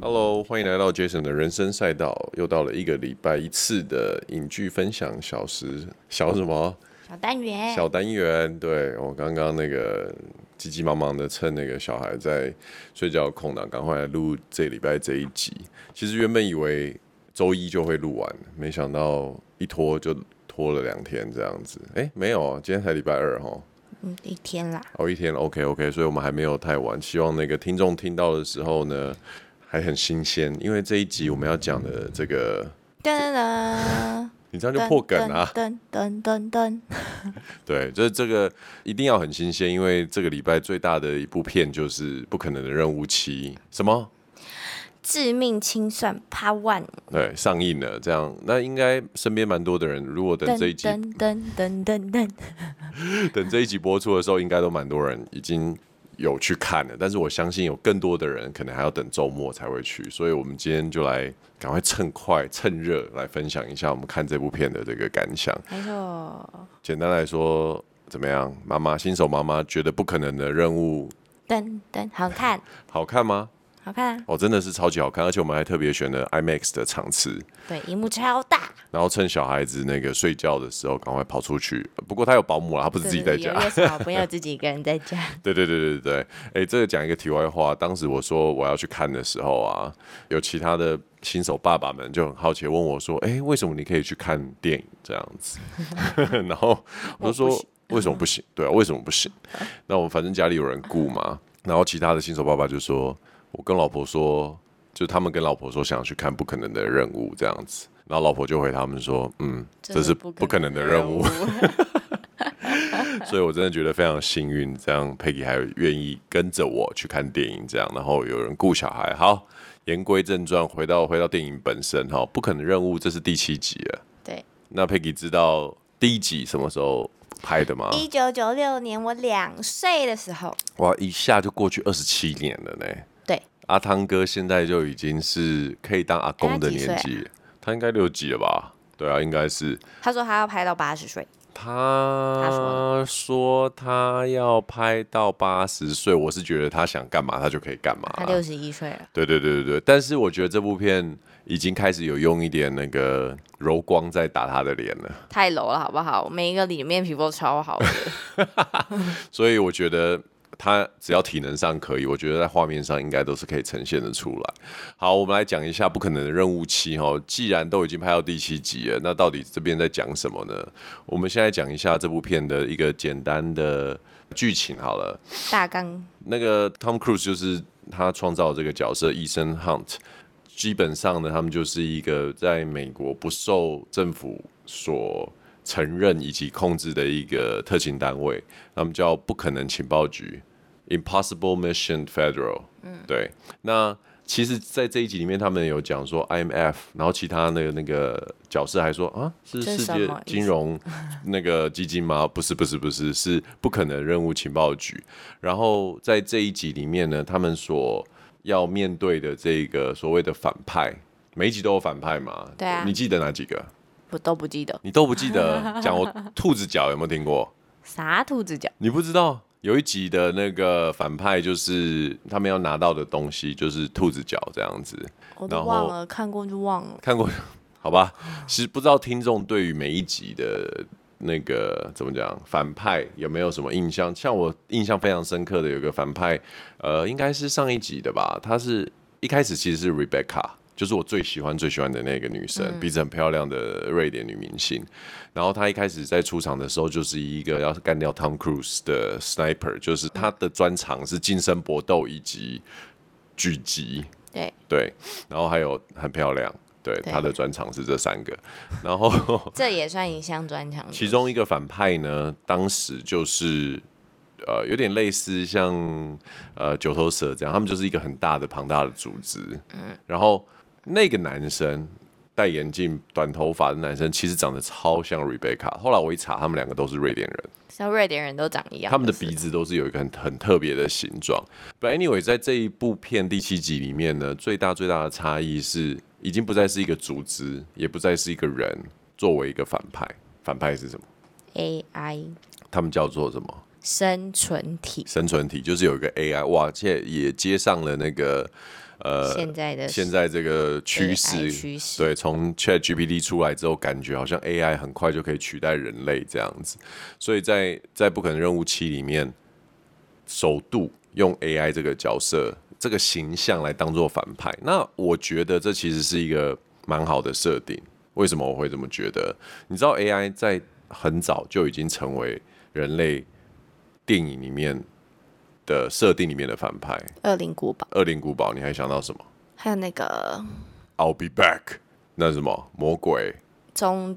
Hello，欢迎来到 Jason 的人生赛道，又到了一个礼拜一次的影剧分享小时小什么小单元，小单元。对我刚刚那个急急忙忙的趁那个小孩在睡觉的空档，赶快来录这礼拜这一集。其实原本以为周一就会录完，没想到一拖就拖了两天这样子。哎，没有，今天才礼拜二哈。嗯，一天啦，哦，一天 OK OK，所以我们还没有太晚，希望那个听众听到的时候呢，还很新鲜，因为这一集我们要讲的这个，噔噔你这样噔，就破梗啊，噔噔噔噔噔，对，就是这个一定要很新鲜，因为这个礼拜最大的一部片就是《不可能的任务七》，什么？致命清算 Part One，对，上映了，这样那应该身边蛮多的人，如果等噔这一集噔噔噔噔噔，等这一集播出的时候，应该都蛮多人已经有去看了，但是我相信有更多的人可能还要等周末才会去，所以我们今天就来赶快趁快趁热来分享一下我们看这部片的这个感想。没错，简单来说，怎么样？妈妈新手妈妈觉得不可能的任务噔噔，好看，好看吗？好看啊，哦，真的是超级好看，而且我们还特别选了 IMAX 的场次，对，荧幕超大，然后趁小孩子那个睡觉的时候赶快跑出去。不过他有保姆啦，他不是自己在家有。些小朋友自己一个人在家， 对对对对对，哎、这个讲一个题外话，当时我说我要去看的时候啊，有其他的新手爸爸们就很好奇地问我说，哎、为什么你可以去看电影这样子？ 然后我就我说不行为什么不行？对啊，为什么不行？那我们反正家里有人顾嘛，然后其他的新手爸爸就说，我跟老婆说，就他们跟老婆说想要去看不可能的任务这样子，然后老婆就回他们说，嗯，这是不可能的任务。所以我真的觉得非常幸运，这样 Peggy 还愿意跟着我去看电影，这样，然后有人顾小孩。好，言归正传，回到回到电影本身哈，不可能任务，这是第七集了。对，那 Peggy 知道第一集什么时候拍的吗？一九九六年我两岁的时候，哇，一下就过去二十七年了呢。对，阿汤哥现在就已经是可以当阿公的年哎他几纪了，他应该六几了吧？对啊，应该是。他说他要拍到八十岁，他说他要拍到八十岁，我是觉得他想干嘛他就可以干嘛他啦。六十一岁了，对对对对对，但是我觉得这部片已经开始有用一点那个柔光在打他的脸了，太柔了好不好？每一个里面皮肤超好的，所以我觉得他只要体能上可以，我觉得在画面上应该都是可以呈现的出来。好，我们来讲一下《不可能的任务七》哈，既然都已经拍到第七集了，那到底这边在讲什么呢？我们现在讲一下这部片的一个简单的剧情好了。大纲那个 Tom Cruise 就是他创造的这个角色医生 Hunt，基本上呢，他们就是一个在美国不受政府所承认以及控制的一个特勤单位，他们叫不可能情报局 （Impossible Mission Federal）。嗯，对。那其实，在这一集里面，他们有讲说 IMF，然后其他那个那个角色还说啊，是这是世什界么意思金融那个基金吗？不是，不是，不是，是不可能任务情报局。然后在这一集里面呢，他们所要面对的这个所谓的反派，每一集都有反派嘛？对啊你记得哪几个？我都不记得，你都不记 得？讲我兔子脚有没有听过？啥兔子脚？你不知道有一集的那个反派就是他们要拿到的东西就是兔子脚这样子，我都然后忘了，看过就忘了。看过 好吧？其实不知道听众对于每一集的。那个怎么讲？反派有没有什么印象？像我印象非常深刻的有一个反派，呃，应该是上一集的吧。她是一开始其实是 Rebecca，就是我最喜欢最喜欢的那个女生，鼻子很漂亮的瑞典女明星。然后她一开始在出场的时候，就是一个要干掉 Tom Cruise 的 sniper，就是她的专长是近身搏斗以及狙击。对，对，然后还有很漂亮，对，对他的专长是这三个。然后 这也算一项专长。其中一个反派呢，当时就是呃，有点类似像呃九头蛇这样，他们就是一个很大的庞大的组织。嗯，然后那个男生。戴眼镜、短头发的男生其实长得超像 Rebecca。后来我一查，他们两个都是瑞典人。像瑞典人都长一样，他们的就是鼻子都是有一个很很特别的形状。But anyway，在这一部片第七集里面呢，最大最大的差异是，已经不再是一个组织，也不再是一个人作为一个反派。反派是什么？ AI 他们叫做什么？生存体，生存体，就是有一个 AI，哇，现在也接上了那个。呃现在的现在这个趋 AI 势，趋势对，从 Chat GPT 出来之后，感觉好像 AI 很快就可以取代人类这样子，所以在在不可能任务七里面，首度用 AI 这个角色这个形象来当做反派，那我觉得这其实是一个蛮好的设定。为什么我会这么觉得？你知道 AI 在很早就已经成为人类电影里面的设定里面的反派。恶灵古堡，恶灵古堡，你还想到什么还有那个？I'll be back，那是什么魔鬼终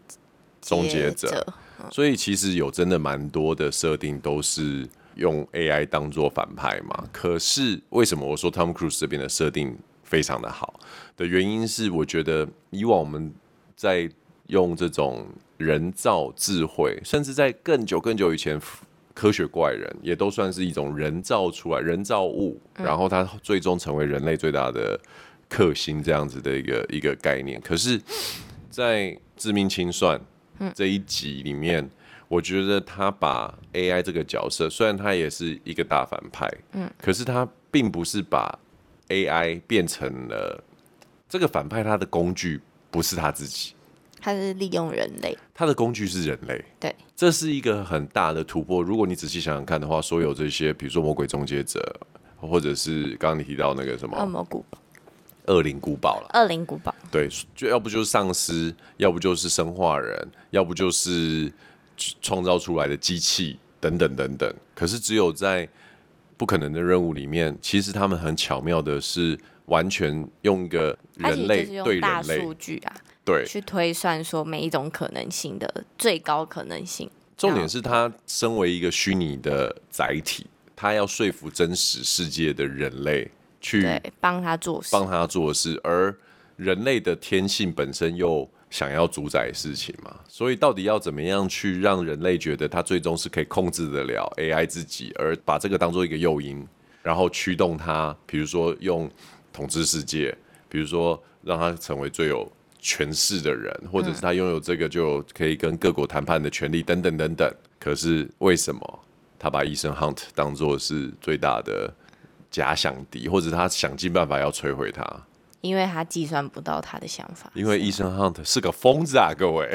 终结者。者，所以其实有真的蛮多的设定都是用 AI 当做反派嘛。可是为什么我说 Tom Cruise 这边的设定非常的好的原因是，我觉得以往我们在用这种人造智慧，甚至在更久更久以前。科学怪人也都算是一种人造出来人造物，然后它最终成为人类最大的克星这样子的一个一个概念。可是，在《致命清算》这一集里面，我觉得他把 AI 这个角色，虽然他也是一个大反派，嗯，可是他并不是把 AI 变成了这个反派，他的工具不是他自己，他是利用人类，他的工具是人类。对，这是一个很大的突破。如果你仔细想想看的话，所有这些，比如说《魔鬼终结者》，或者是刚刚你提到那个什恶么魔古堡， 《恶灵古堡》啦。恶灵古堡，对，就要不就是丧尸，要不就是生化人，要不就是创造出来的机器等等等等。可是只有在不可能的任务里面，其实他们很巧妙的是完全用一个它其人实类就是对用大人数类据啊，对。去推算说每一种可能性的最高可能性。重点是他身为一个虚拟的载体，他要说服真实世界的人类去对，帮他做事，嗯帮他做事，而人类的天性本身又想要主宰事情嘛，所以到底要怎么样去让人类觉得他最终是可以控制得了 AI 自己，而把这个当做一个诱因，然后驱动他，比如说用统治世界，比如说让他成为最有权势的人，或者是他拥有这个就可以跟各国谈判的权利，等等等等。可是为什么他把医生 Hunt 当做是最大的假想敌，或者他想尽办法要摧毁他？因为他计算不到他的想法，因为医生 Hunt 是个疯子啊，各位。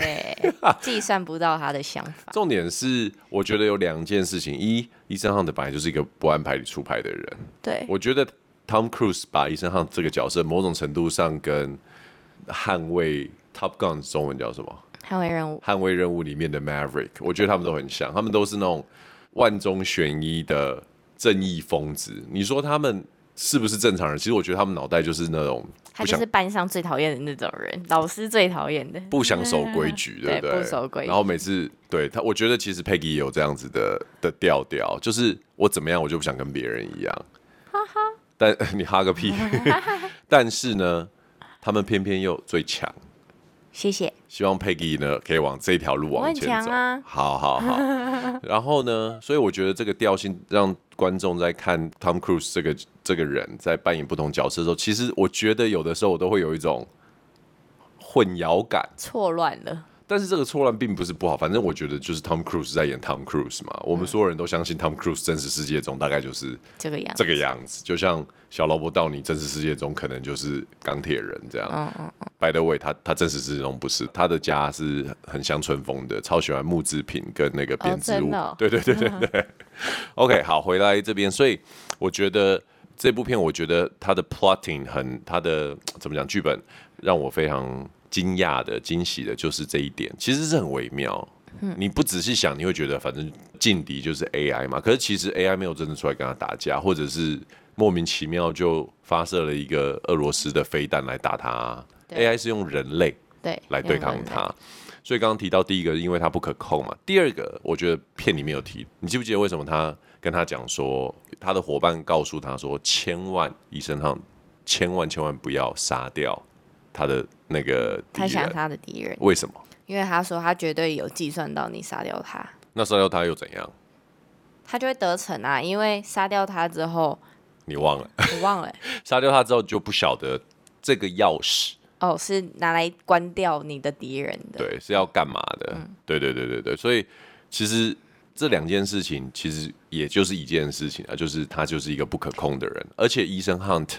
啊对，计算不到他的想 法。重点是，我觉得有两件事情：一，医生 Hunt 本来就是一个不按牌理出牌的人，对，我觉得 Tom Cruise 把医生 Hunt 这个角色，某种程度上跟捍卫 Top Gun 中文叫什么？捍卫任务捍卫任务里面的 Maverick，我觉得他们都很像，他们都是那种万中选一的正义疯子。你说他们是不是正常人？其实我觉得他们脑袋就是那种他不就想是班上最讨厌的那种人，老师最讨厌的。不想守规矩，嗯对不对？不守规矩然后每次对他，我觉得其实 Peggy 也有这样子的的调调，就是我怎么样，我就不想跟别人一样。哈哈。但你哈个 屁！但是呢，他们偏偏又最强。谢谢。希望 Peggy 呢可以往这条路往我前很走。强啊好好好。 然后呢，所以我觉得这个调性让观众在看 Tom Cruise 这个这个人在扮演不同角色的时候，其实我觉得有的时候我都会有一种混淆感。错乱了，但是这个错乱并不是不好，反正我觉得就是 Tom Cruise 在演 Tom Cruise 嘛，嗯我们所有人都相信 Tom Cruise 真实世界中大概就是这个样子。这个样子，就像小罗伯道尼真实世界中可能就是钢铁人这样。By 哦 the way，他他真实世界中不是，他的家是很乡村风的，超喜欢木制品跟那个编织真物。的哦对对对对对。OK，好，回来这边，所以我觉得这部片，我觉得它的 plotting 很，它的怎么讲，剧本让我非常惊讶的、惊喜的，就是这一点，其实是很微妙。你不仔细想，你会觉得反正劲敌就是 AI 嘛。可是其实 AI 没有真的出来跟他打架，或者是莫名其妙就发射了一个俄罗斯的飞弹来打他啊。对 AI 是用人类嗯对，来对用抗人类。它。所以刚刚提到第一个，因为它不可控嘛。第二个，我觉得片里面有提，你记不记得为什么他跟他讲说，他的伙伴告诉他说，千万医生上千万千万不要杀掉他的那个敌他想人，他的敌人，为什么？因为他说他绝对有计算到你杀掉他，那杀掉他又怎样？他就会得逞啊。因为杀掉他 之后，你忘了？我忘了欸、杀掉他之后就不晓得这个钥匙哦，是拿来关掉你的敌人的。对，是要干嘛的？对对对对对，所以其实这两件事情其实也就是一件事情啊，就是他就是一个不可控的人，而且医生 Hunt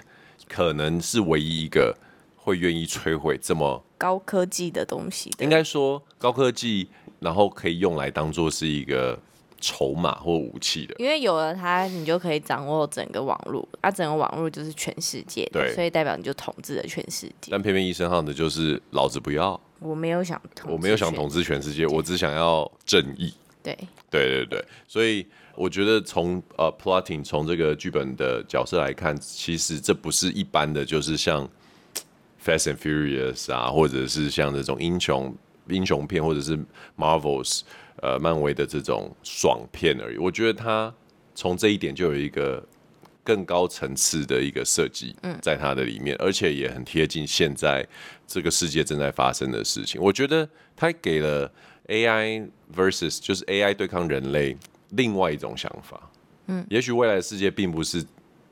可能是唯一一个会愿意摧毁这么高科技的东西的，应该说高科技，然后可以用来当做是一个筹码或武器的。因为有了它，你就可以掌握整个网络，啊，整个网络就是全世界的，对所以代表你就统治了全世界。但偏偏医生号的就是老子不要，我没有想统治，我没有想统，治全世界，我只想要正义。对，对对对，所以我觉得从呃 plotting 从这个剧本的角色来看，其实这不是一般的，就是像 Fast and Furious 啊，或者是像这种英雄英雄片，或者是 Marvels 呃漫威的这种爽片而已。我觉得它从这一点就有一个更高层次的一个设计，在它的里面，而且也很贴近现在这个世界正在发生的事情。我觉得它给了 AI versus 就是 AI 对抗人类另外一种想法。嗯，也许未来的世界并不是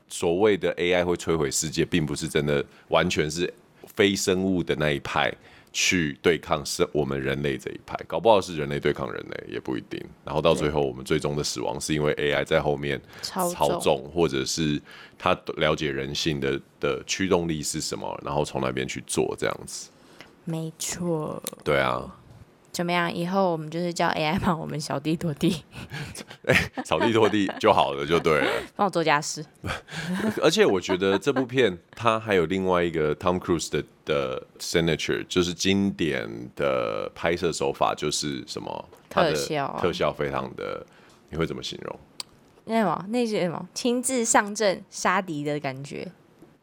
所谓的 AI 会摧毁世界，并不是真的完全是非生物的那一派去对抗是我们人类这一派，搞不好是人类对抗人类也不一定。然后到最后，我们最终的死亡是因为 AI 在后面操纵操纵，或者是他了解人性的的驱动力是什么，然后从那边去做这样子。没错。对啊，怎么样？以后我们就是叫 AI 帮我们小弟拖地， 扫地拖地就好了，就对了。帮我做家事。而且我觉得这部片它还有另外一个 Tom Cruise 的的 signature，就是经典的拍摄手法，就是什么它的特效啊特效非常的，你会怎么形容？那什么，那些什么，亲自上阵杀敌的感觉，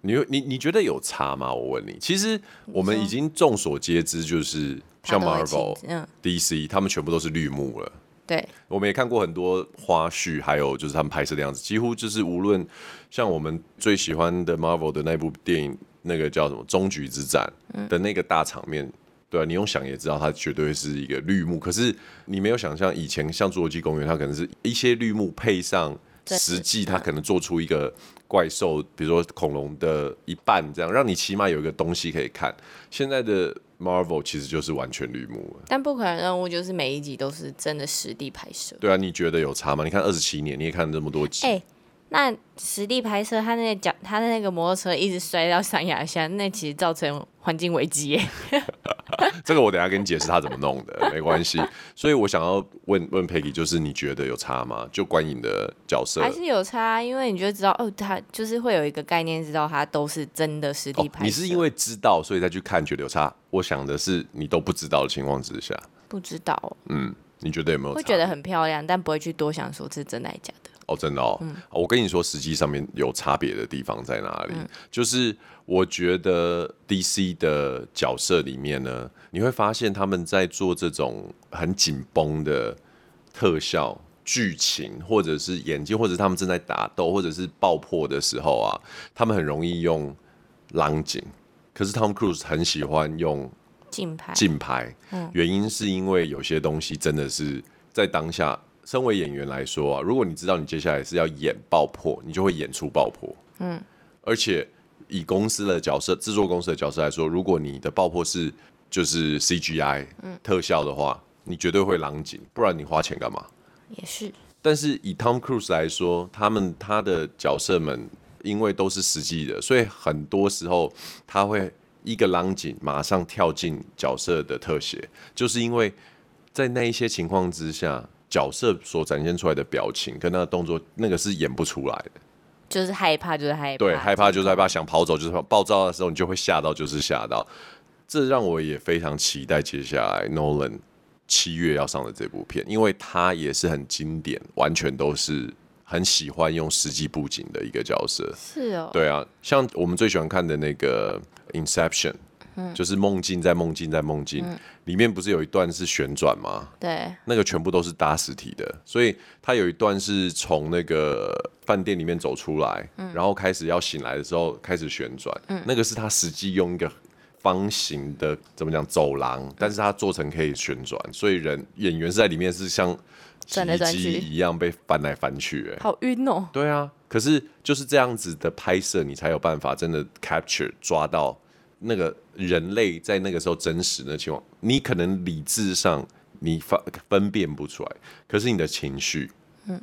你你你觉得有差吗？我问你，其实我们已经众所皆知，就是他像都会亲 Marvel 自、嗯， DC，他们全部都是绿幕了。对，我们也看过很多花絮，还有就是他们拍摄的样子，几乎就是无论像我们最喜欢的 Marvel 的那部电影，那个叫什么《终局之战》的那个大场面，对啊，你用想也知道，它绝对是一个绿幕。可是你没有想象，以前像《侏罗纪公园》，它可能是一些绿幕配上对实际，它可能做出一个怪兽，比如说恐龙的一半这样，让你起码有一个东西可以看。现在的 Marvel 其实就是完全绿幕了。但不可能任务就是每一集都是真的实地拍摄。对啊，你觉得有差吗？你看二十七年，你也看了这么多集，哎、那实地拍摄，他那个脚，他的那个摩托车一直摔到山崖下，那其实造成环境危机 耶。这个我等一下跟你解释他怎么弄的， 没关系。所以我想要问问 Peggy，就是你觉得有差吗？就观影的角色还，是有差，因为你就知道哦，他就是会有一个概念，知道他都是真的实地哦拍摄、你是因为知道所以再去看觉得有差？我想的是你都不知道的情况之下，不知道哦、嗯，你觉得有没有差？会觉得很漂亮，但不会去多想说是真的还是假的。哦，真的哦，我跟你说，实际上面有差别的地方在哪里？就是我觉得 DC 的角色里面呢，你会发现他们在做这种很紧绷的特效、剧情，或者是演技，或者是他们正在打斗，或者是爆破的时候啊，他们很容易用浪景。可是 Tom Cruise 很喜欢用竞拍，竞拍，原因是因为有些东西真的是在当下，身为演员来说啊，如果你知道你接下来是要演爆破，你就会演出爆破。嗯，而且以公司的角色、制作公司的角色来说，如果你的爆破是就是 CGI、特效的话，你绝对会狼藉，不然你花钱干嘛？也是但是以 Tom Cruise 来说，他们他的角色们因为都是实际的，所以很多时候他会一个浪景马上跳进角色的特写，就是因为在那一些情况之下，角色所展现出来的表情跟他的动作，那个是演不出来的。就是害怕，就是害怕，对，害怕就是害怕，想跑走就是跑暴躁的时候，你就会吓到，就是吓到。这让我也非常期待接下来 Nolan 七月要上的这部片，因为他也是很经典，完全都是很喜欢用实际布景的一个角色。是哦，对啊，像我们最喜欢看的那个《Inception》，就是梦境在梦境在梦境，里面不是有一段是旋转吗？对，那个全部都是搭实体的，所以他有一段是从那个饭店里面走出来，然后开始要醒来的时候开始旋转，嗯那个是他实际用一个方形的怎么讲走廊，但是他做成可以旋转，所以人演员是在里面是像洗转来衣转机去一样被翻来翻去、欸，好晕哦，对啊，可是就是这样子的拍摄，你才有办法真的 capture 抓到那个人类在那个时候真实的情况。你可能理智上你分分辨不出来，可是你的情绪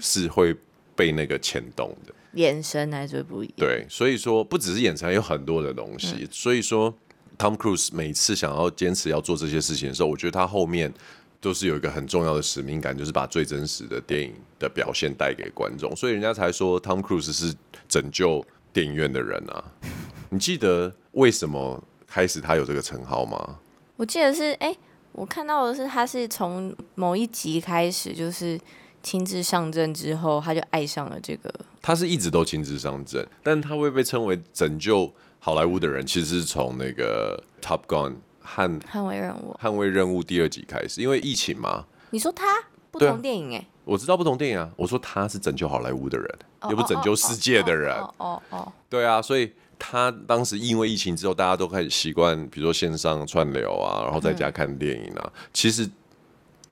是会被那个牵动的。眼神还是会不一样。对，所以说不只是眼神，有很多的东西。所以说，Tom Cruise 每次想要坚持要做这些事情的时候，我觉得他后面都是有一个很重要的使命感，就是把最真实的电影的表现带给观众。所以人家才说 Tom Cruise 是拯救电影院的人啊！ 你记得为什么开始他有这个称号吗？我记得是，哎、我看到的是他是从某一集开始，就是亲自上阵之后，他就爱上了这个。他是一直都亲自上阵，但他会被称为拯救好莱坞的人，其实是从那个 Top Gun 和捍卫任务，捍卫任务第二集开始，因为疫情嘛，你说他不对啊同电影哎、我知道不同电影啊，我说他是拯救好莱坞的人，哦又不拯救世界的人，哦哦哦哦，对啊，所以他当时因为疫情之后，大家都开始习惯，比如说线上串流啊，然后在嗯家看电影啊。其实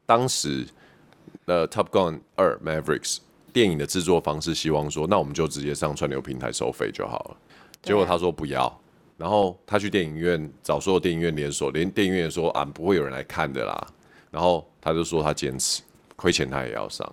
当时的《Top Gun 二 Mavericks》电影的制作方式，希望说，那我们就直接上串流平台收费就好了。结果他说不要，然后他去电影院找所有电影院连锁，连电影院也说啊不会有人来看的啦。然后他就说他坚持，亏钱他也要上。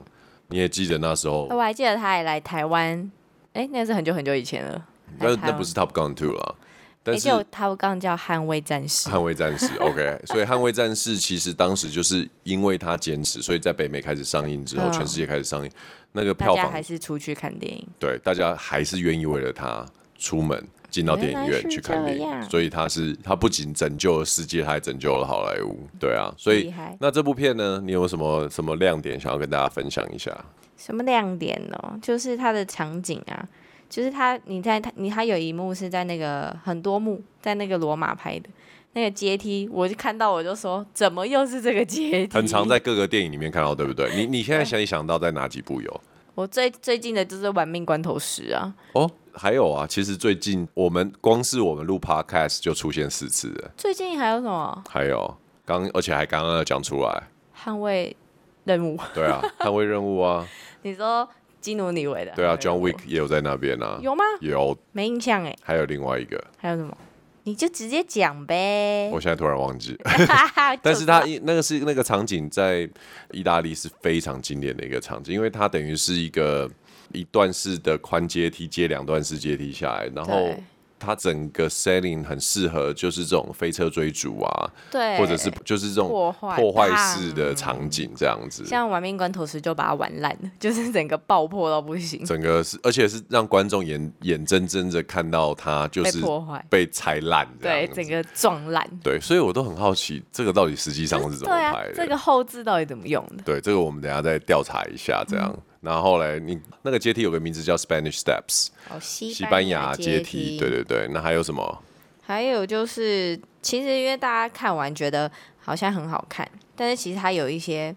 你也记得那时候哎我还记得他也来台湾，哎、那是很久很久以前了。那来台那湾不是 Top Gun Two 啦，哎、但是、就他刚叫捍卫战 士，捍卫战士，OK，所以捍卫战士其实当时就是因为他坚持，所以在北美开始上映之后，嗯全世界开始上映，那个大票家房还是出去看电影。对大家还是愿意为了他出门进到电影原来院是去看电这影，样所以他是他不仅拯救了世界，他还拯救了好莱坞，对啊，所以厉害那这部片呢，你有什么什么亮点想要跟大家分享一下？什么亮点哦？就是它的场景啊，就是它你在它你它有一幕是在那个很多幕在那个罗马拍的那个阶梯，我就看到我就说怎么又是这个阶梯？很常在各个电影里面看到，对不对？你你现在想一想到在哪几部有？我最最近的就是《玩命关头十》啊，哦，还有啊，其实最近我们光是我们录 Podcast 就出现四次了。最近还有什么还有刚，而且还刚刚有讲出来，捍卫任务？对 啊，捍卫任务啊，你说基努里维的？对啊捍，John 卫任务 Wick 也有在那边啊，有吗？有，没印象哎，还有另外一个，还有什么？你就直接讲呗我。现在 突然忘 记，哈哈但哎就是啊道他那个是那个场景在意大利是非常经典的一个场景，因为它等于是一个一段式的宽阶梯接两段式阶梯下来，然后对它整个 setting 很适合就是这种飞车追逐啊，对，或者是就是这种破坏嗯破坏式的场景这样子，像《玩命关头十》就把它玩烂了，就是整个爆破到不行，整个是，而且是让观众眼眼睁睁着看到他就是被破坏被拆烂这对，样子，整个撞烂。对，所以我都很好奇这个到底实际上是怎么对啊拍的。，这个后置到底怎么用的？对这个我们等一下再调查一下这嗯样。然后嘞，你那个阶梯有个名字叫 Spanish Steps，哦，西西班牙阶梯，对。对对。那还有什么？还有就是，其实因为大家看完觉得好像很好看，但是其实它有一些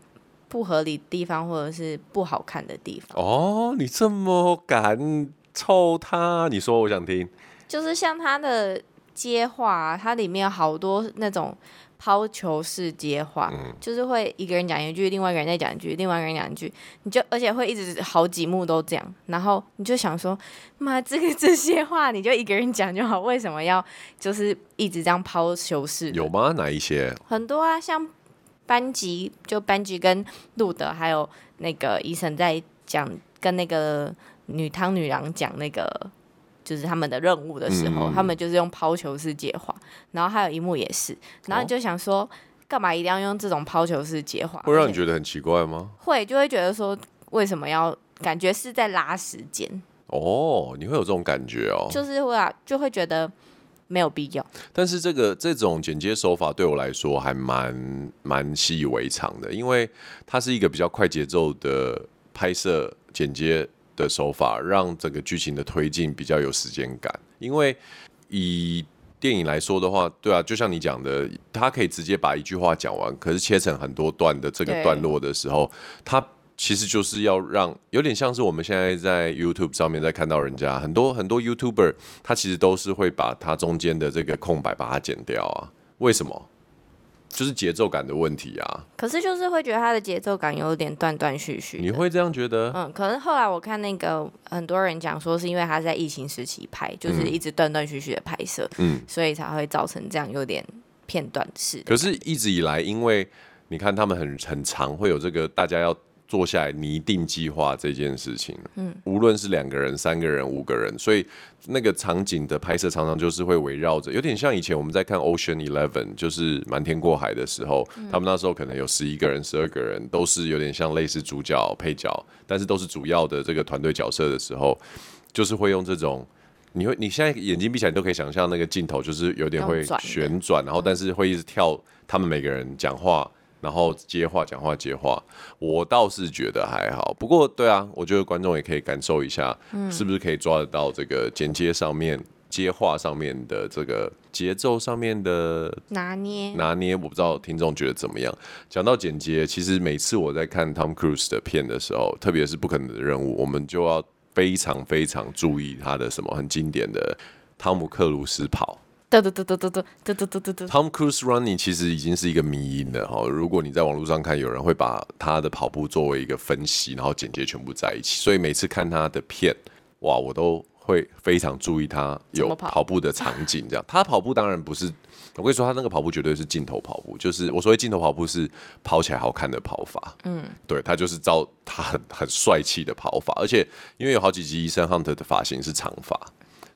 不合理的地方，或者是不好看的地方，哦，你这么敢抽他？你说我想听。就是像它的接话啊、它里面有好多那种。抛球式接话，就是会一个人讲一句，另外一个人再讲一句，另外一个人讲一句，你就而且会一直好几幕都这样，然后你就想说，妈，这个这些话你就一个人讲就好，为什么要就是一直这样抛球式的？有吗？哪一些？很多啊，像班级就班级跟路德还有那个医生在讲跟那个女汤女郎讲那个就是他们的任务的时候，嗯他们就是用抛球式接话，然后还有一幕也是，然后你就想说。干嘛一定要用这种抛球式接话？会让你而且觉得很奇怪吗？会就会觉得说，为什么要感觉是在拉时间，哦，你会有这种感觉哦。就是会啊，就会觉得没有必要。但是这个这种剪接手法对我来说还蛮蛮习以为常的，因为它是一个比较快节奏的拍摄剪接的手法，让整个剧情的推进比较有时间感。因为以电影来说的话，对啊，就像你讲的，它可以直接把一句话讲完，可是切成很多段的这个对段落的时候，它。其实就是要让，有点像是我们现在在 YouTube 上面在看到人家很多很多 YouTuber，他其实都是会把它中间的这个空白把它剪掉啊。为什么？就是节奏感的问题啊。可是就是会觉得它的节奏感有点断断续续的。你会这样觉得？嗯，可能后来我看那个很多人讲说，是因为他在疫情时期拍，就是一直断断续续的拍摄，嗯，所以才会造成这样有点片段式的。可是一直以来，因为你看他们很很常会有这个大家要坐下来拟定计划这件事情。嗯，无论是两个人、三个人、五个人，所以那个场景的拍摄常常就是会围绕着，有点像以前我们在看《Ocean Eleven》，就是瞒天过海的时候，他们那时候可能有十一个人、十二个人，都是有点像类似主角、配角，但是都是主要的这个团队角色的时候，就是会用这种。你会，你现在眼睛闭起来，你都可以想象那个镜头就是有点会那种转的旋转，然后但是会一直跳，他们每个人讲话，然后接话，讲话接话。我倒是觉得还好，不过对啊，我觉得观众也可以感受一下，嗯是不是可以抓得到这个剪接上面、接话上面的这个节奏上面的拿捏，拿捏，我不知道听众觉得怎么样。讲到剪接，其实每次我在看 Tom Cruise 的片的时候，特别是《不可能的任务》，我们就要非常非常注意他的什么很经典的汤姆克鲁斯跑。得得得得得得得得得得得， Tom Cruise running 其实已经是一个迷因了哈。如果你在网络上看，有人会把他的跑步作为一个分析，然后剪接全部在一起。所以每次看他的片，哇，我都会非常注意他怎有么跑跑步的场景。这样，他跑步当然不是，我跟你说，他那个跑步绝对是镜头跑步，就是我所谓镜头跑步是跑起来好看的跑法。嗯，对，他就是照他很很帅气的跑法，而且因为有好几集医生 Hunt 的发型是长发。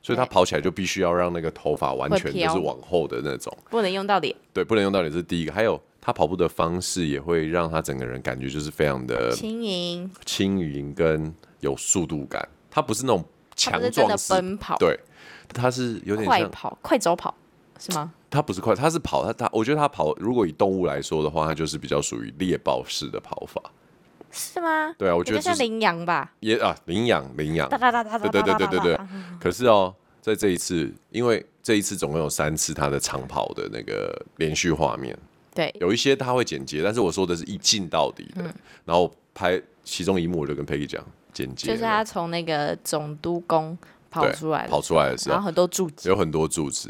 所以他对跑起来就必须要让那个头发完会全就飘是往后的那种，不能用到脸，对，不能用到脸这是第一个。还有他跑步的方式也会让他整个人感觉就是非常的轻盈，轻盈跟有速度感，他不是那种他强不是真壮的式，奔跑，对，他是有点快像，跑，快走跑，是吗？他不是快，他是跑，他他我觉得他跑，如果以动物来说的话，他就是比较属于猎豹式的跑法，是吗？对啊我比觉得较就像是羚羊吧，也啊，领养领养哒，哒哒哒哒对哒对对哒对哒对对。可是哦，在这一次，因为这一次总共有三次他的长跑的那个连续画面，对，有一些他会剪接，但是我说的是一镜到底嗯的。然后拍其中一幕，我就跟佩 e 讲剪接，就是他从那个总督宫跑对出来的，跑出来的时然候后很多柱子，有很多柱子。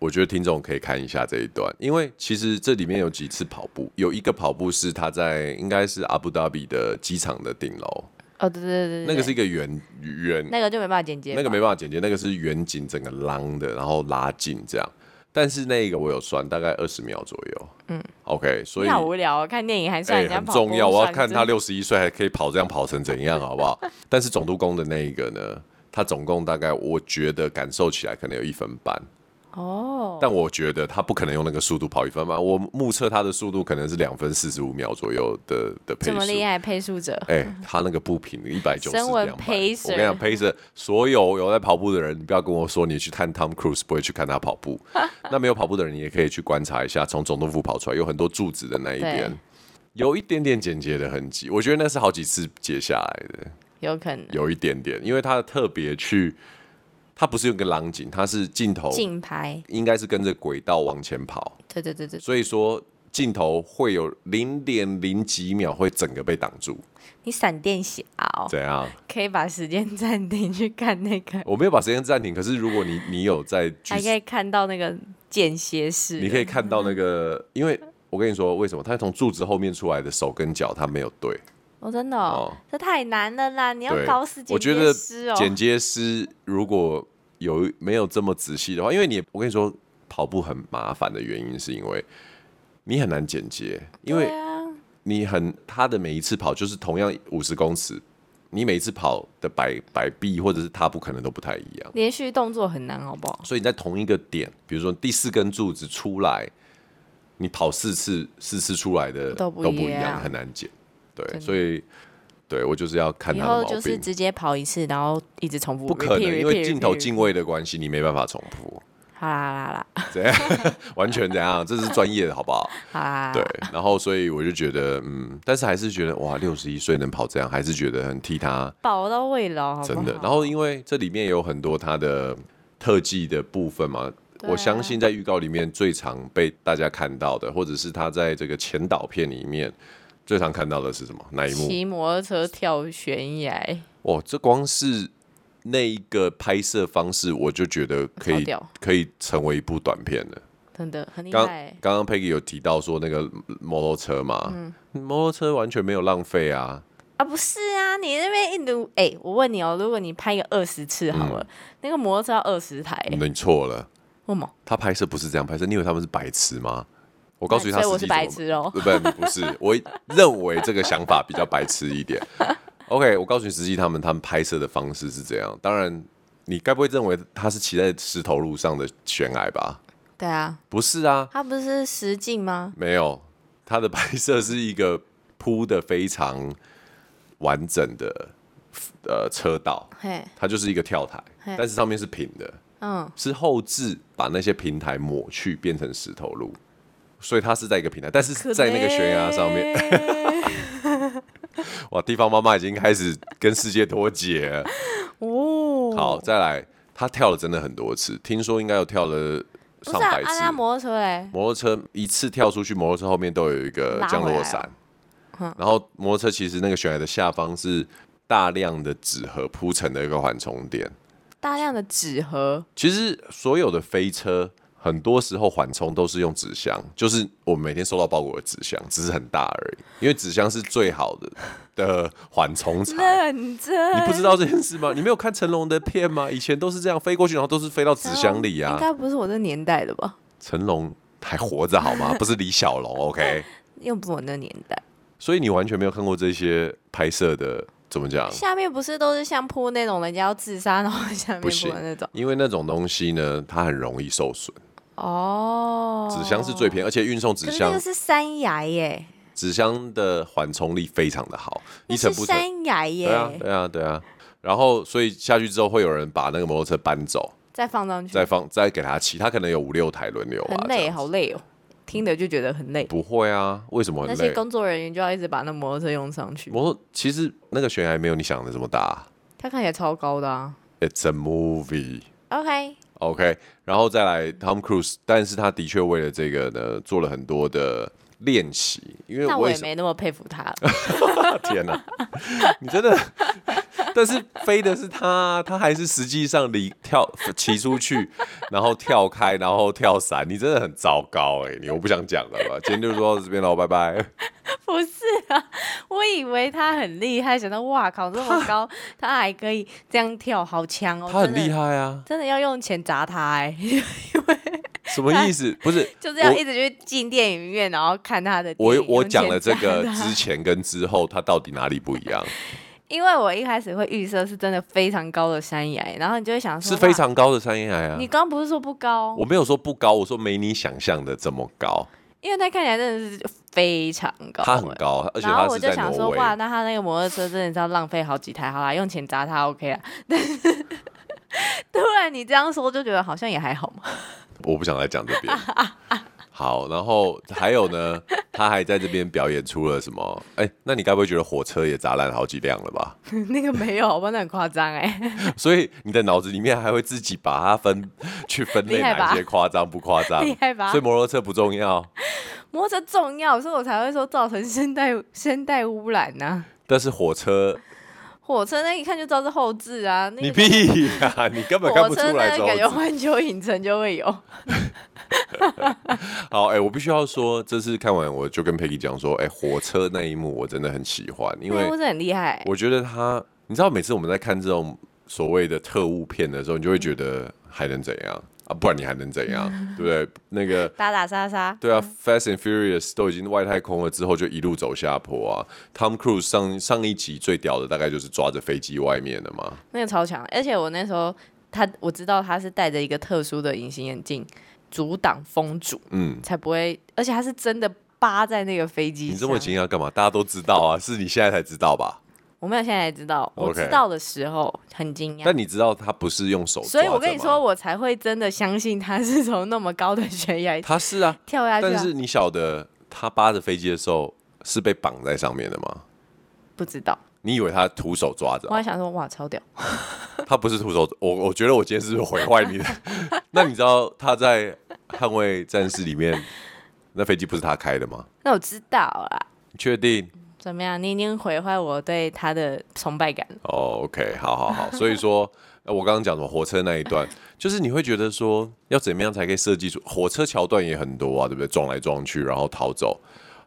我觉得听众可以看一下这一段，因为其实这里面有几次跑步，有一个跑步是他在应该是阿布达比的机场的顶楼，哦，对对对对，那个对是一个圆圆那个就没办法剪接，那个没办法剪接，那个是远景整个浪的，然后拉近这样。但是那个我有算，大概二十秒左右。嗯，OK，所以你好无聊、哦，看电影还算哎、人家很跑步、重要，我要算看真他的六十一岁还可以跑这样跑成怎样，好不 好？但是总督工的那一个呢，他总共大概我觉得感受起来可能有一分半，哦，但我觉得他不可能用那个速度跑一分半，我目测他的速度可能是两分四十五秒左右的的配这么速。厉害，配速者哎、他那个步频一百九十身为两百， pacer 我跟你讲，pacer 所有有在跑步的人，你不要跟我说你去看 Tom Cruise 不会去看他跑 步，那没有跑步的人，你也可以去观察一下，从总统府跑出来有很多柱子的那一边对，有一点点剪接的痕迹，我觉得那是好几次截下来的，有可能有一点点，因为他特别去，他不是用个狼景，他是镜头竞拍，应该是跟着轨道往前跑，对对对对，所以说镜头会有零点零几秒会整个被挡住，你闪电侠哦，怎样？可以把时间暂停去看那个，我没有把时间暂停，可是如果你你有在剧还可以看到那个间歇式的，你可以看到那嗯个，因为我跟你说为什么，他从柱子后面出来的手跟脚他没有对，哦，真的哦，哦这太难了啦，你要对搞死，我剪觉接得师哦，剪接师如果有没有这么仔细的话，因为你我跟你说跑步很麻烦的原因是因为你很难剪接，因为对啊，你很他的每一次跑就是同样五十公尺，你每一次跑的摆摆臂或者是踏步可能都不太一样。连续动作很难，好不好？所以你在同一个点，比如说第四根柱子出来，你跑四次，四次出来的都不一一样很难减。对，真的所以对我就是要看以他的后毛就是病，直接跑一次，然后一直重复，不可能， repeat，因为 repeat，镜头 repeat，敬位的关系，你没办法重复，好啦啦啦啦，怎样？完全怎样？这是专业的，好不好？ 好啦啦啦，对，然后所以我就觉得，嗯，但是还是觉得哇，六十一岁能跑这样，还是觉得很替他饱到胃了，好不真的。好然后因为这里面有很多他的特技的部分嘛，对啊我相信在预告里面最常被大家看到的，或者是他在这个前导片里面最常看到的是什么？哪一幕？骑摩托车跳悬崖，哦，这光是那一个拍摄方式，我就觉得可超以屌可以成为一部短片了。真的很厉刚害。嗯刚刚 Peggy 有提到说那个摩托车嘛，摩托车完全没有浪费啊，啊，不是啊，你那边印度，哎、我问你哦，如果你拍个二十次好嗯了，那个摩托车要二十台、欸，你错了。为什么？他拍摄不是这样拍摄，你以为他们是白痴吗？我告诉你他所以我实是际白怎么痴哦。不不不是，我认为这个想法比较白痴一 点。OK，我告诉你，实际他们他们拍摄的方式是这样。当然，你该不会认为他是骑在石头路上的悬崖吧？对啊，不是啊，他不是实境吗？没有，他的拍摄是一个铺的非常完整的呃车道，嘿，它就是一个跳台，嘿但是上面是平的，嗯，是后置把那些平台抹去变成石头路，所以它是在一个平台，但是在那个悬崖上面。 面。哇，地方妈妈已经开始跟世界脱节了。 哦，好，，再来，她跳了真的很多次，听说应该有跳了不上是啊，百按次。他摩托车嘞，摩托车一次跳出去，摩托车后面都有一个降落伞拉回，嗯然后摩托车其实那个悬崖的下方是大量的纸盒铺成的一个缓冲垫。大量的纸盒，其实所有的飞车，很多时候缓冲都是用纸箱，就是我们每天收到包裹的纸箱，只是很大而已。因为纸箱是最好的的缓冲材。认真。你不知道这件事吗？你没有看成龙的片吗？以前都是这样飞过去，然后都是飞到纸箱里应啊。该不是我这年代的吧？成龙还活着好吗？不是李小龙，OK？ 又不是我那年代。所以你完全没有看过这些拍摄的，怎么讲？下面不是都是像铺那种人家要自杀，然后下面不铺行的那种，因为那种东西呢，它很容易受损。哦。纸箱是最便宜，而且运送纸可是那箱个，是山崖耶，纸箱的缓冲力非常的好，那一层是不沉。山崖耶，对啊，对啊，对啊。然后，所以下去之后会有人把那个摩托车搬走，再放上去，再放，再给他骑。他可能有五六台轮流啊，这很累，样子好累哦，听着就觉得很累。不会啊？为什么那很些累？工作人员就要一直把那摩托车用上去，摩托其实那个悬崖没有你想的这么大啊它看起来超高的啊。 ，It's a movie。 OK， OK，然后再来 Tom Cruise，但是他的确为了这个呢做了很多的练习，因为那我我也也是没那么佩服他了。 天哪、 你真的，但是飞的是他，他还是实际上离跳骑出去，然后跳开，然后跳伞，你真的很糟糕哎、你我不想讲了吧，今天就说到这边喽，拜拜。不是啊，我以为他很厉害，想到哇靠这么高，他还可以这样跳，好强哦！他很厉真的，害啊，真的要用钱砸他 哎、什么意思？不是，就是要我一直去进电影院，然后看他的电我影。我用钱啊讲了这个砸他之前跟之后，它到底哪里不一样？因为我一开始会预设是真的非常高的山崖，然后你就会想说是非。哇常高的山崖啊你！刚不是说不高？我没有说不高，我说没你想象的这么高，因为它看起来真的是非常高、欸它很高，而且哦然后它我是就在想挪说，威。哇，那他那个摩托车真的是要浪费好几台，好啦，用钱砸他 OK 啦。 但是突然你这样说，就觉得好像也还好嘛。 我不想来讲这边。 好，然后还有呢，他还在这边表演出了什么？哎，那你该不会觉得火车也砸烂好几辆了吧？ 那个没有，好吧，那很夸张哎。所以你的脑子里面还会自己把它分去分类厉害吧哪些夸张不夸张，厉害吧所以摩托车不重要，摩托车重要，所以我才会说造成生态生态污染呐、但是火车火车那一看就知道是后置啊，那你个屁呀、 你根本看火不出车来那之后个感觉环球影城就会有。好，哎、我必须要说，这次看完我就跟佩奇讲说，哎、火车那一幕我真的很喜欢，因那为部是很厉害欸、我觉得他，你知道，每次我们在看这种所谓的特务片的时候，你就会觉得还能怎样啊？不然你还能怎 样，对不对？那个。打打杀杀，对啊，Fast and Furious 都已经外太空了，之后就一路走下坡啊。Tom Cruise 上上一集最屌的大概就是抓着飞机外面的嘛，那个超强，而且我那时候他我知道他是戴着一个特殊的隐形眼镜阻挡风阻，嗯，才不会，而且他是真的扒在那个飞机上。你这么惊讶干嘛？大家都知道啊，是你现在才知道吧？我没有现在才知道，我 OK 知道的时候很惊讶但。你知道他不是用手抓所着吗，以我跟你说，我才会真的相信他是从那么高的悬崖他是啊， 跳下去、啊。但是你晓得他扒着飞机的时候是被绑在上面的吗？不知道，你以为他徒手抓着我啊、还想说哇，超屌！他不是徒手，我我觉得我今天是不是毁坏你的？那你知道他在《捍卫战士》里面，那飞机不是他开的吗？那我知道啦。你确定？怎么样？你已经毁坏我对他的崇拜感了。哦、o k 好好好。所以说，呃我刚刚讲的火车那一段，就是你会觉得说，要怎么样才可以设计出火车桥段也很多啊，对不对？撞来撞去，然后逃走。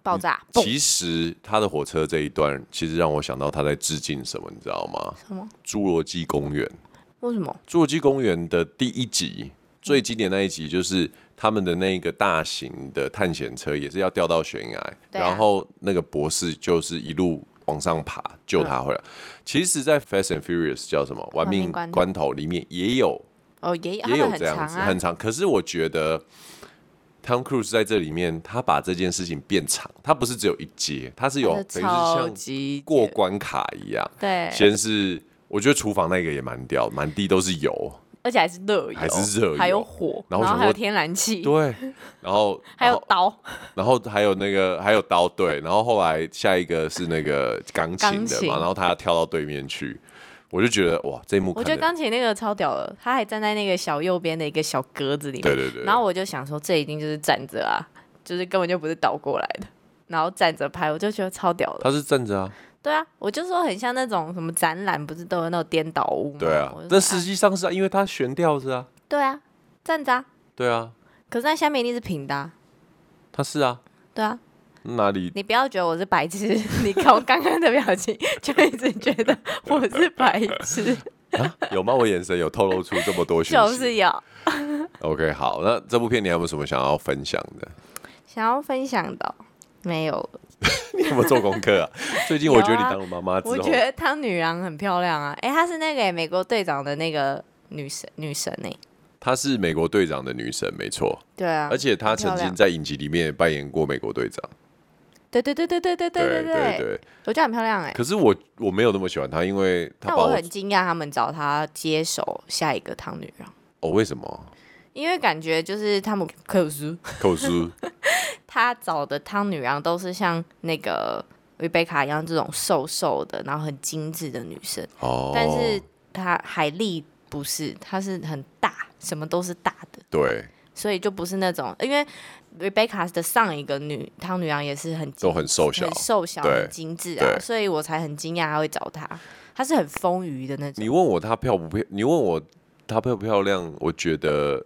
爆炸！嘣嗯其实他的火车这一段，其实让我想到他在致敬什么，你知道吗？什么？侏罗纪公园。为什么？侏罗纪公园的第一集，最经典那一集就是他们的那个大型的探险车也是要掉到悬崖，对啊然后那个博士就是一路往上爬救他回来。其实，在《Fast and Furious》叫什么“玩嗯命命关头关头”里面也有哦，也有他也们有很这长样子，啊，很长。可是我觉得 Tom Cruise 在这里面，他把这件事情变长，他不是只有一阶，他是有真的等于超是像级过简关卡一样。对，先是我觉得厨房那个也蛮屌，满地都是油，而且还是热油，还是热油还有火，然然后想还有说天然气，对， 然后 还然有后刀， 然后还有那个还有刀对，然后后来下一个是那个钢琴钢的琴嘛，然后他要跳到对面去，我就觉得哇，这一幕我看觉得得钢琴那个超屌的，他还站在那个小右边的一个小格子里面。对对对然后我就想说，这一定就是站着啊，就是根本就不是倒过来的。然后站着拍，我就觉得超屌的。他是站着啊，对啊，我就说很像那种什么展览，不是都有那种颠倒屋吗？对啊嗯我就，说但实际上是啊因为他悬吊着啊，对啊，站着、啊，对啊，可是那下面一定是平的、啊。他是啊，对啊，哪 里你不要觉得我是白痴， 你看我刚刚的表情， 就一直觉得我是白 痴，啊有吗？我眼神有透露出这么多讯息就是要 OK，好，那这部片你还有没有什么想要分享的？ 想要分享的哦、没有了你有没有做功课啊？最近我觉得你当了妈妈之我后觉，得汤女郎很漂亮啊，哎、她是那个、美国队长的那个女神女神呢、她是美国队长的女神，没错，对啊，而且她曾很漂经亮在影集里面也扮演过美国队长。对对对对对对对对对，我觉得很漂亮哎、可是我我没有那么喜欢她，因为她但把我我很惊讶他们找她接手下一个汤女郎，哦为什么因为感觉就是汤姆克鲁 斯口书他找的汤女郎都是像那个瑞贝卡一样这种瘦瘦的，然后很精致的女生，哦？但是她海莉不是，她是很大，什么都是大的。对所以就不是那种，因为 Rebecca 的上一个女汤女郎也是很精都很瘦小很。瘦小、对很精致啊对，所以我才很惊讶她会找她，她是很丰腴的那你种。问我她漂不漂？你问我她漂不漂亮？我觉得。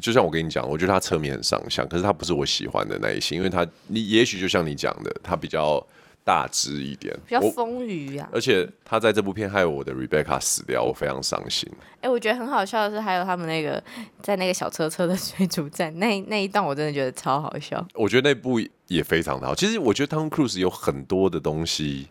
就像我跟你讲，我觉得她侧面很上相，可是她不是我喜欢的那一型，因为她你也许就像你讲的，她比较大只一点，比较我丰腴啊！而且她在这部片害我的 Rebecca 死掉，我非常伤心。哎、我觉得很好笑的是，还有他们那个在那个小车车的水煮站那那一段，我真的觉得超好笑。 我觉得那部也非常的好。其实我觉得 Tom Cruise 有很多的东西，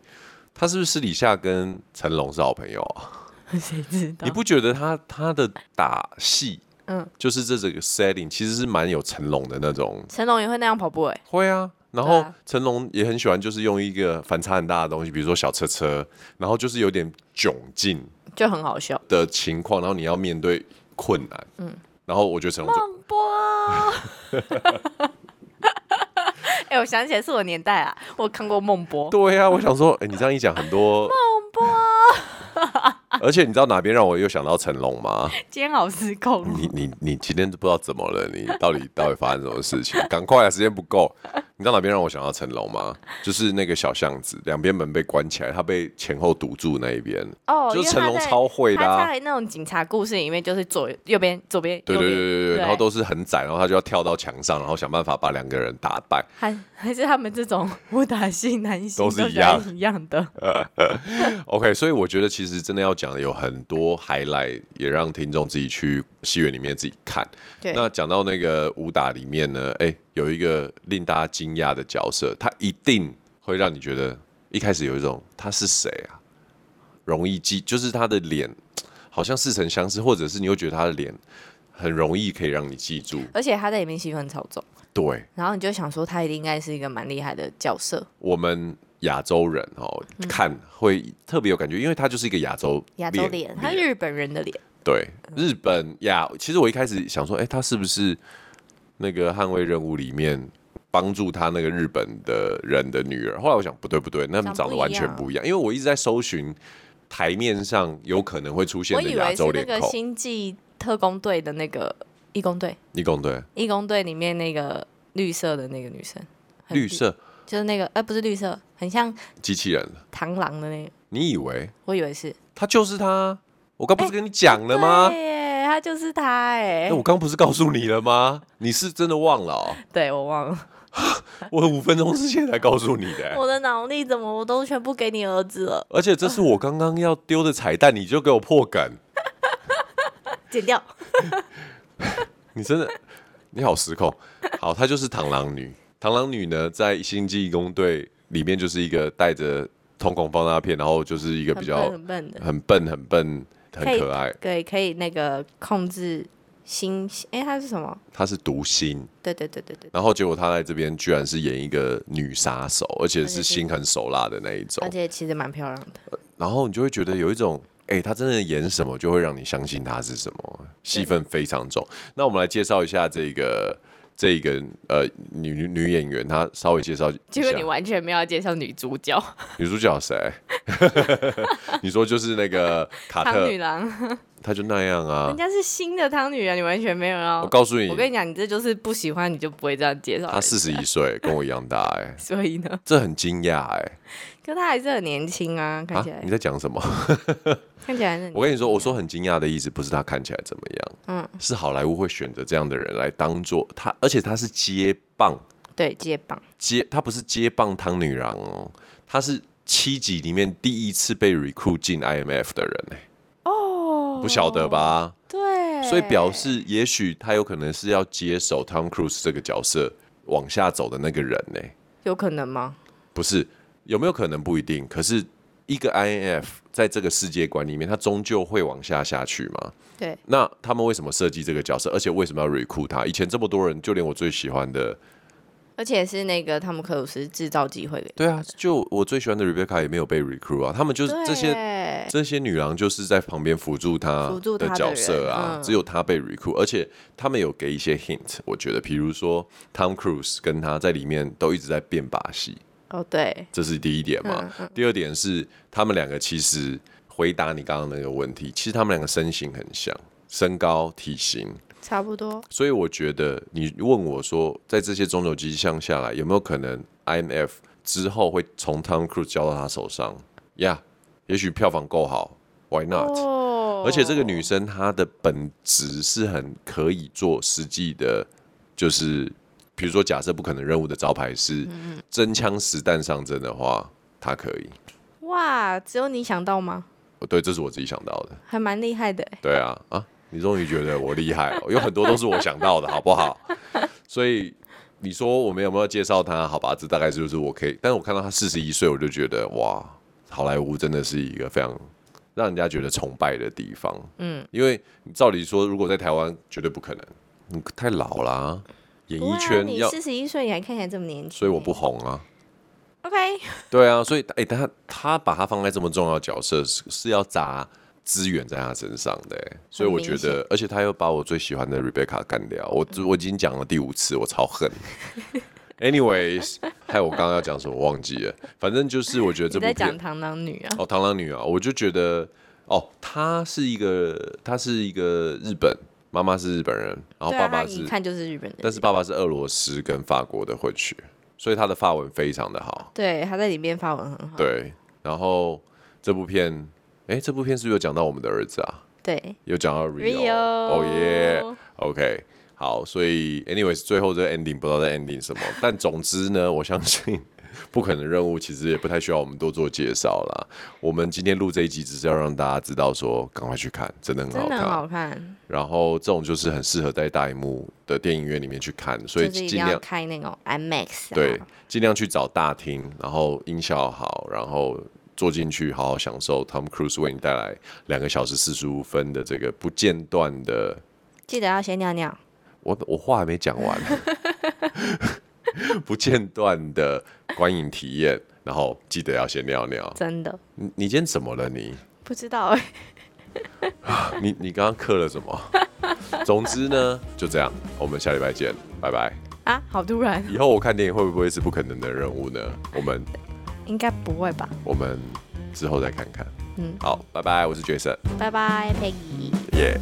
他是不是私底下跟成龙是好朋友啊？谁知道你？不觉得他他的打戏，嗯啊嗯，就是这这个 setting 其实是蛮有成龙的那种，成龙也会那样跑步哎、会啊。然对后啊成龙也很喜欢，就是用一个反差很大的东西，比如说小车车，然后就是有点窘境就很 好笑。的情况，然后你要面对困难，嗯。然后我觉得成龙就孟波。 哎、我想起来是我年代啊，我看过孟波。 对呀、我想说，哎、你这样一讲，很多孟波， 而且你知道哪边让我又想到成龙吗？煎熬失控。你你你今天不知道怎么了？你到底到底发生什么事情？赶快啊，时间不够。你知道哪边让我想到成龙吗？就是那个小巷子，两边门被关起来，他被前后堵住那一边。哦，就是因为成他龙在超会的啊他在那种警察故事里面，就是左右边、左边、对右对边对对对，然后都是很窄，然后他就要跳到墙上，然后想办法把两个人打败。还还是他们这种武打戏男性 都是一一样一样的。 OK，所以我觉得其实真的要讲的有很多 highlight，也让听众自己去戏院里面自己看。对那讲到那个武打里面呢，哎、有一个令大家惊讶的角色，他一定会让你觉得一开始有一种他是谁啊，容易记，就是他的脸好像似曾相识，或者是你会觉得他的脸很容易可以让你记住。而且他在里面戏份很超重，对然后你就想说他一定应该是一个蛮厉害的角色，我们。亚洲人哦，看会特别有感觉，因为他就是一个亚洲嗯亚洲脸，他是日本人的脸，对，日本呀，其实我一开始想说，哎、他是不是那个《捍卫任务》里面帮助他那个日本的人的女儿？后来我想，不对不对，那他们长长得不完一全样不一样，因为我一直在搜寻台面上有可能会出现我的以亚为是洲那脸个孔。星际特工队的那个义工队，义工对义工队里面那个绿色的那个女生，很绿色就是那个，呃，不是绿色，很像机器人，螳螂的那个，你以为我以为是。他就是他？我刚不是跟你讲了吗？哎对耶，他就是他哎那、，我刚不是告诉你了吗？你是真的忘了、哦？对我忘了，我五分钟之前才告诉你的、欸 我的脑力怎么我都全部给你儿子了，而且这是我刚刚要丢的彩蛋，你就给我破梗。剪掉。你真的 你好失控。好，她就是螳螂女。螳螂女呢，在星际义工队里面就是一个带着瞳孔放大片，然后就是一个比很较笨很笨的，很笨、很笨、很可爱。对，可以那个控制心，哎、它是什么？她是读心，对对对对对，然后结果她来这边居然是演一个女杀手，而且且是是心狠手辣的那一种而。且其实蛮漂亮的，然后你就会觉得有一种，哎、他真的演什么，就会让你相信他是什么，戏份非常重。那我们来介绍一下这个这个呃女女演员，她稍微介绍一 结下果你完全没有介绍女主 角女主角谁？ 你说就是那 个卡汤特女，郎，她就那样啊人。家是新的汤女郎，你完全没有要。我告诉你我，跟你讲，你这就是不喜欢，你就不会这样介绍人。她四十一岁，跟我一样大、哎，所以呢，这很惊讶哎可她还是很年轻啊，看啊起来、！你在讲什么？ 看起来还是很年轻啊。我跟你说，我说很惊讶的意思，不是他看起来怎么样，嗯，是好莱坞会选择这样的人来当做他，而且他是接棒对接棒，接，她不是接棒汤女郎哦，她是七集里面第一次被 recruit 进 IMF 的人呢、哦，不晓得吧？对，所以表示，也许她有可能是要接手 Tom Cruise 这个角色往下走的那个人呢、有可能吗？不是有没有可能不一定，可是一个 INF 在这个世界观里面，它终究会往下下去嘛。对，那他们为什么设计这个角色，而且为什么要 recruit 他？以前这么多人，就连我最喜欢的，而且是那个汤姆克鲁斯制造机会给对啊，就我最喜欢的 Rebecca 也没有被 recruit 啊，他们就是对这些这些女郎就是在旁边辅助她辅助她的的角色啊，人嗯只有她被 recruit，而且他们有给一些 hint，我觉得，比如说 Tom Cruise 跟她在里面都一直在变把戏，哦，对，这是第一点嘛。嗯第二点是他们两个其实回答你刚刚那个问题，其实他们两个身形很像，身高体型，差不多。所以我觉得你问我说，在这些种种迹象下来，有没有可能 IMF 之后会从 Tom Cruise 交到他手上呀也许票房够好，Why not？、哦啊而且这个女生她的本质是很可以做实际的，就是比如说假设不可能任务的招牌是真枪实弹上阵的话，她可以。哇，只有你想到吗？哦对，这是我自己想到的。还蛮厉害的欸，对啊，啊，你终于觉得我厉害 了，有很多都是我想到的，好不好？所以你说我们有没有介绍他？好吧，这大概就是我可以。但是我看到他四十一岁，我就觉得哇，好莱坞真的是一个非常让人家觉得崇拜的地方。嗯，因为照理说，如果在台湾绝对不可能，你太老啦、演不会艺啊圈你要，四十一岁，你还看起来这么年轻欸，所以我不红啊。 OK。对啊，所以哎、但他他把他放在这么重要的角色，是是要砸资源在他身上的、哎所以我觉很明得，而且他又把我最喜欢的 Rebecca 干掉，我我已经讲了第五次，我超恨。Anyways，害 我刚刚要讲什么忘记了，反正就是我觉得这你部在片讲螳螂女啊？哦，螳螂女啊，我就觉得哦，她是一个她是一个日本妈妈是日本人，然后对爸啊，爸她是，一看就是日本人。但是爸爸是俄罗斯跟法国的混血，所以他的法文非常的好。对，她在里面发文很好。对，然后这部片，诶，这部片是不是有讲到我们的儿子啊？对有讲到 Rio， ，Rio，哦耶、o k 好，所以 anyways，最后这个 ending 不知道在 ending 什么，但总之呢，我相信不可能任务其实也不太需要我们多做介绍啦。我们今天录这一集只是要让大家知道说，赶快去看，真的很真好的看。啊很好看，然后这种就是很适合在大荧幕的电影院里面去看，所以就是一定尽量要开那种 IMAX 啊。对，尽量去找大厅，然后音效好，然后坐进去好好享受 Tom Cruise 为你带来两个小时四十五分的这个不间断的。记得要先尿尿。我我话还没讲完，不间断的观影体验，然后记得要先尿尿。真的你你今天怎么了你？不知道欸，你你刚刚嗑了什么？总之呢，就这样，我们下礼拜见，拜拜。啊，好突然，以后我看电影会不会是不可能的任务呢？我们应该不会吧？我们之后再看看。嗯，好，拜拜，我是 Jason，拜拜，Peggy。耶、